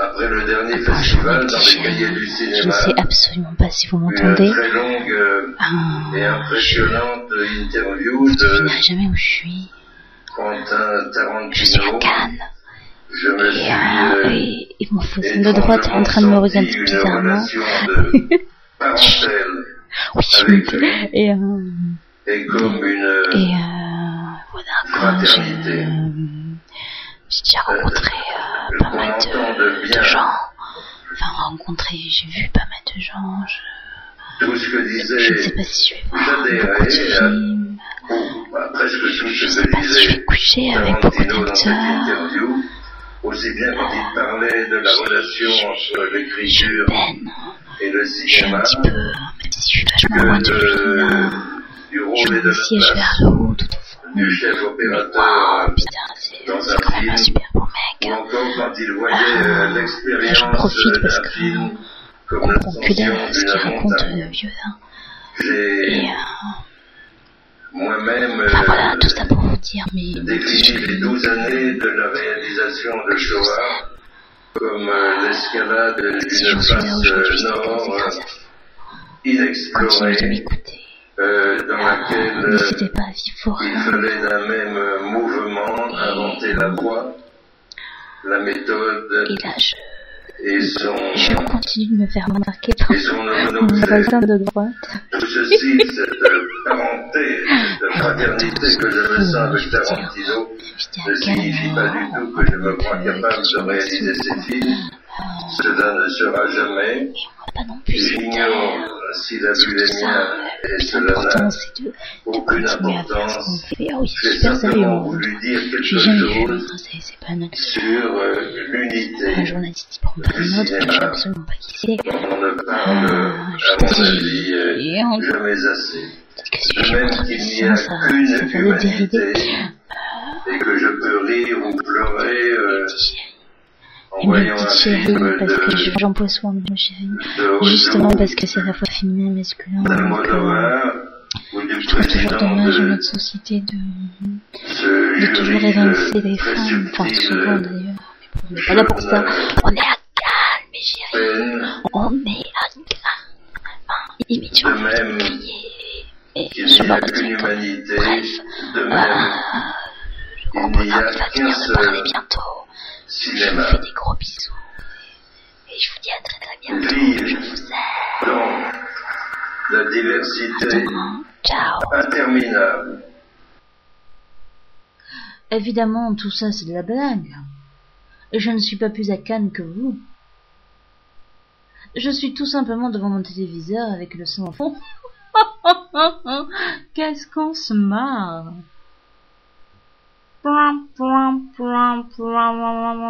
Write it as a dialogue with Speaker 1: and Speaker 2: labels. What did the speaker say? Speaker 1: après le
Speaker 2: Ah,
Speaker 1: dernier festival dans les cahiers du
Speaker 2: Je ne
Speaker 1: cinéma.
Speaker 2: sais absolument pas si vous
Speaker 1: Une
Speaker 2: m'entendez.
Speaker 1: très longue euh,
Speaker 2: Ah,
Speaker 1: et euh, impressionnante interview
Speaker 2: vous
Speaker 1: de
Speaker 2: devinerez jamais où je suis.
Speaker 1: Quentin
Speaker 2: Je suis à
Speaker 1: Tarantino.
Speaker 2: Cannes.
Speaker 1: Je me
Speaker 2: Et, euh,
Speaker 1: suis
Speaker 2: et, et mon
Speaker 1: euh,
Speaker 2: voisin de droite est en train de me
Speaker 1: étrangement
Speaker 2: regarder
Speaker 1: senti une
Speaker 2: bizarrement.
Speaker 1: relation de parentèle
Speaker 2: Oui,
Speaker 1: avec lui
Speaker 2: et, euh,
Speaker 1: et comme une euh,
Speaker 2: et euh, voilà, quoi, j'ai,
Speaker 1: Fraternité.
Speaker 2: euh, j'ai déjà rencontré euh, pas
Speaker 1: qu'on
Speaker 2: mal
Speaker 1: entend de
Speaker 2: de,
Speaker 1: bien.
Speaker 2: de gens. Enfin, rencontré, j'ai vu pas mal de gens. Je,
Speaker 1: tout ce que
Speaker 2: je ne sais
Speaker 1: disait
Speaker 2: pas si je vais voir
Speaker 1: j'adhérais
Speaker 2: beaucoup de
Speaker 1: à-
Speaker 2: films.
Speaker 1: ou, bah, presque tout
Speaker 2: Je ne
Speaker 1: ce
Speaker 2: sais
Speaker 1: que
Speaker 2: pas si je
Speaker 1: disait
Speaker 2: vais coucher avec beaucoup
Speaker 1: Tarantino dans euh, cette
Speaker 2: d'acteurs.
Speaker 1: interview, aussi bien quand il parlait de la relation entre
Speaker 2: Je
Speaker 1: l'écriture
Speaker 2: peine.
Speaker 1: et le
Speaker 2: Je suis un
Speaker 1: cinéma,
Speaker 2: petit peu, même si je suis vachement loin
Speaker 1: que
Speaker 2: du
Speaker 1: de,
Speaker 2: film,
Speaker 1: du
Speaker 2: je
Speaker 1: rôle et
Speaker 2: me
Speaker 1: de la
Speaker 2: siège
Speaker 1: place
Speaker 2: vers le haut tout au fond.
Speaker 1: du chef
Speaker 2: Waouh,
Speaker 1: opérateur, euh,
Speaker 2: putain, c'est c'est quand même un super bon
Speaker 1: ou
Speaker 2: mec.
Speaker 1: encore quand il voyait euh, l'expérience
Speaker 2: J'en Ah, profite parce
Speaker 1: d'un
Speaker 2: que
Speaker 1: film comme
Speaker 2: On
Speaker 1: la
Speaker 2: concubine ce qu'il
Speaker 1: d'une
Speaker 2: raconte euh,
Speaker 1: montagne.
Speaker 2: le vieux là. Et
Speaker 1: J'ai
Speaker 2: euh,
Speaker 1: moi-même
Speaker 2: enfin voilà, tout
Speaker 1: euh,
Speaker 2: ça pour vous dire, mais euh,
Speaker 1: décliné les 12 années de la réalisation de Shoah comme euh, l'escalade
Speaker 2: si j'en
Speaker 1: d'une
Speaker 2: suis là
Speaker 1: face
Speaker 2: aujourd'hui, c'est
Speaker 1: euh,
Speaker 2: grâce
Speaker 1: nord
Speaker 2: à
Speaker 1: euh,
Speaker 2: vous. Continuez de
Speaker 1: inexplorée
Speaker 2: m'écouter.
Speaker 1: euh, dans laquelle euh,
Speaker 2: Ah, N'hésitez pas hein. à vivre vos
Speaker 1: il
Speaker 2: rêves.
Speaker 1: fallait d'un même euh, mouvement inventer la voie, la
Speaker 2: Et
Speaker 1: méthode
Speaker 2: là, je,
Speaker 1: et son,
Speaker 2: je continue de me faire remarquer par
Speaker 1: et son
Speaker 2: mon
Speaker 1: objet.
Speaker 2: voisin de droite.
Speaker 1: Tout ceci, cette parenté, cette fraternité que je me sens avec Tarantino
Speaker 2: J'étais
Speaker 1: ne
Speaker 2: à
Speaker 1: signifie pas du
Speaker 2: Cannes, euh,
Speaker 1: tout que je me
Speaker 2: on
Speaker 1: crois
Speaker 2: peut
Speaker 1: capable de
Speaker 2: écrire
Speaker 1: réaliser
Speaker 2: dessus,
Speaker 1: ces
Speaker 2: quoi.
Speaker 1: films. Cela ne sera jamais.
Speaker 2: On va pas Ah bah non plus s'éteindre.
Speaker 1: J'ignore s'il a vu
Speaker 2: Surtout
Speaker 1: les
Speaker 2: ça,
Speaker 1: miens
Speaker 2: euh,
Speaker 1: et
Speaker 2: plus
Speaker 1: cela
Speaker 2: important,
Speaker 1: n'a
Speaker 2: c'est de, de
Speaker 1: aucune
Speaker 2: continuer à faire ce qu'on
Speaker 1: importance.
Speaker 2: fait. Ah oui, c'est
Speaker 1: J'ai
Speaker 2: super sérieux.
Speaker 1: simplement
Speaker 2: hein.
Speaker 1: voulu dire quelque
Speaker 2: J'ai jamais vu
Speaker 1: chose
Speaker 2: l'autre, c'est c'est pas un
Speaker 1: sur euh,
Speaker 2: un
Speaker 1: l'unité
Speaker 2: journaliste qui prend pas
Speaker 1: Le
Speaker 2: un autre,
Speaker 1: cinéma.
Speaker 2: je sais absolument pas qui c'est.
Speaker 1: dont on ne parle,
Speaker 2: Ah,
Speaker 1: à
Speaker 2: je
Speaker 1: mon
Speaker 2: dis,
Speaker 1: avis, euh,
Speaker 2: et on dit
Speaker 1: jamais assez.
Speaker 2: que si
Speaker 1: De
Speaker 2: je
Speaker 1: même
Speaker 2: montre
Speaker 1: qu'il n'y
Speaker 2: ça,
Speaker 1: a
Speaker 2: ça,
Speaker 1: qu'une
Speaker 2: ça va me
Speaker 1: humanité
Speaker 2: dérider.
Speaker 1: et que je peux rire ou pleurer euh, en
Speaker 2: Et mes
Speaker 1: voyant
Speaker 2: petites
Speaker 1: un film
Speaker 2: chéries, parce que
Speaker 1: de,
Speaker 2: je- j'emploie souvent le mot chérie,
Speaker 1: de
Speaker 2: justement
Speaker 1: Ozu,
Speaker 2: parce que c'est à la fois féminin et masculin, donc euh,
Speaker 1: d'Almodovar ou du
Speaker 2: je trouve toujours
Speaker 1: président
Speaker 2: dommage dans
Speaker 1: de
Speaker 2: notre société de,
Speaker 1: ce
Speaker 2: de toujours
Speaker 1: jury
Speaker 2: évincer les
Speaker 1: de très
Speaker 2: femmes, enfin souvent
Speaker 1: subtil
Speaker 2: d'ailleurs, mais bon, on n'est pas là pour ça, on est à Cannes, mes
Speaker 1: euh,
Speaker 2: chéris.
Speaker 1: peine,
Speaker 2: On est à Cannes. Enfin, limite, j'ai
Speaker 1: de
Speaker 2: envie de
Speaker 1: même
Speaker 2: crier. Et
Speaker 1: qu'il
Speaker 2: je
Speaker 1: n'y
Speaker 2: leur
Speaker 1: a
Speaker 2: dis
Speaker 1: qu'une
Speaker 2: attends,
Speaker 1: humanité,
Speaker 2: bref. Ah.
Speaker 1: de même
Speaker 2: Mon
Speaker 1: il n'y
Speaker 2: bonhomme
Speaker 1: a
Speaker 2: va
Speaker 1: qu'un
Speaker 2: venir me parler
Speaker 1: seul
Speaker 2: bientôt. Je vous
Speaker 1: cinéma.
Speaker 2: fais des gros bisous. Et je vous dis à très très bientôt. Je
Speaker 1: Vive
Speaker 2: vous aime.
Speaker 1: dans la diversité
Speaker 2: Ciao.
Speaker 1: interminable.
Speaker 3: Évidemment, tout ça, c'est de la blague. Et je ne suis pas plus à Cannes que vous. Je suis tout simplement devant mon téléviseur avec le son en fond. Qu'est-ce qu'on se marre Pouin, pouin, pouin, pouin, pouin, pouin, pouin,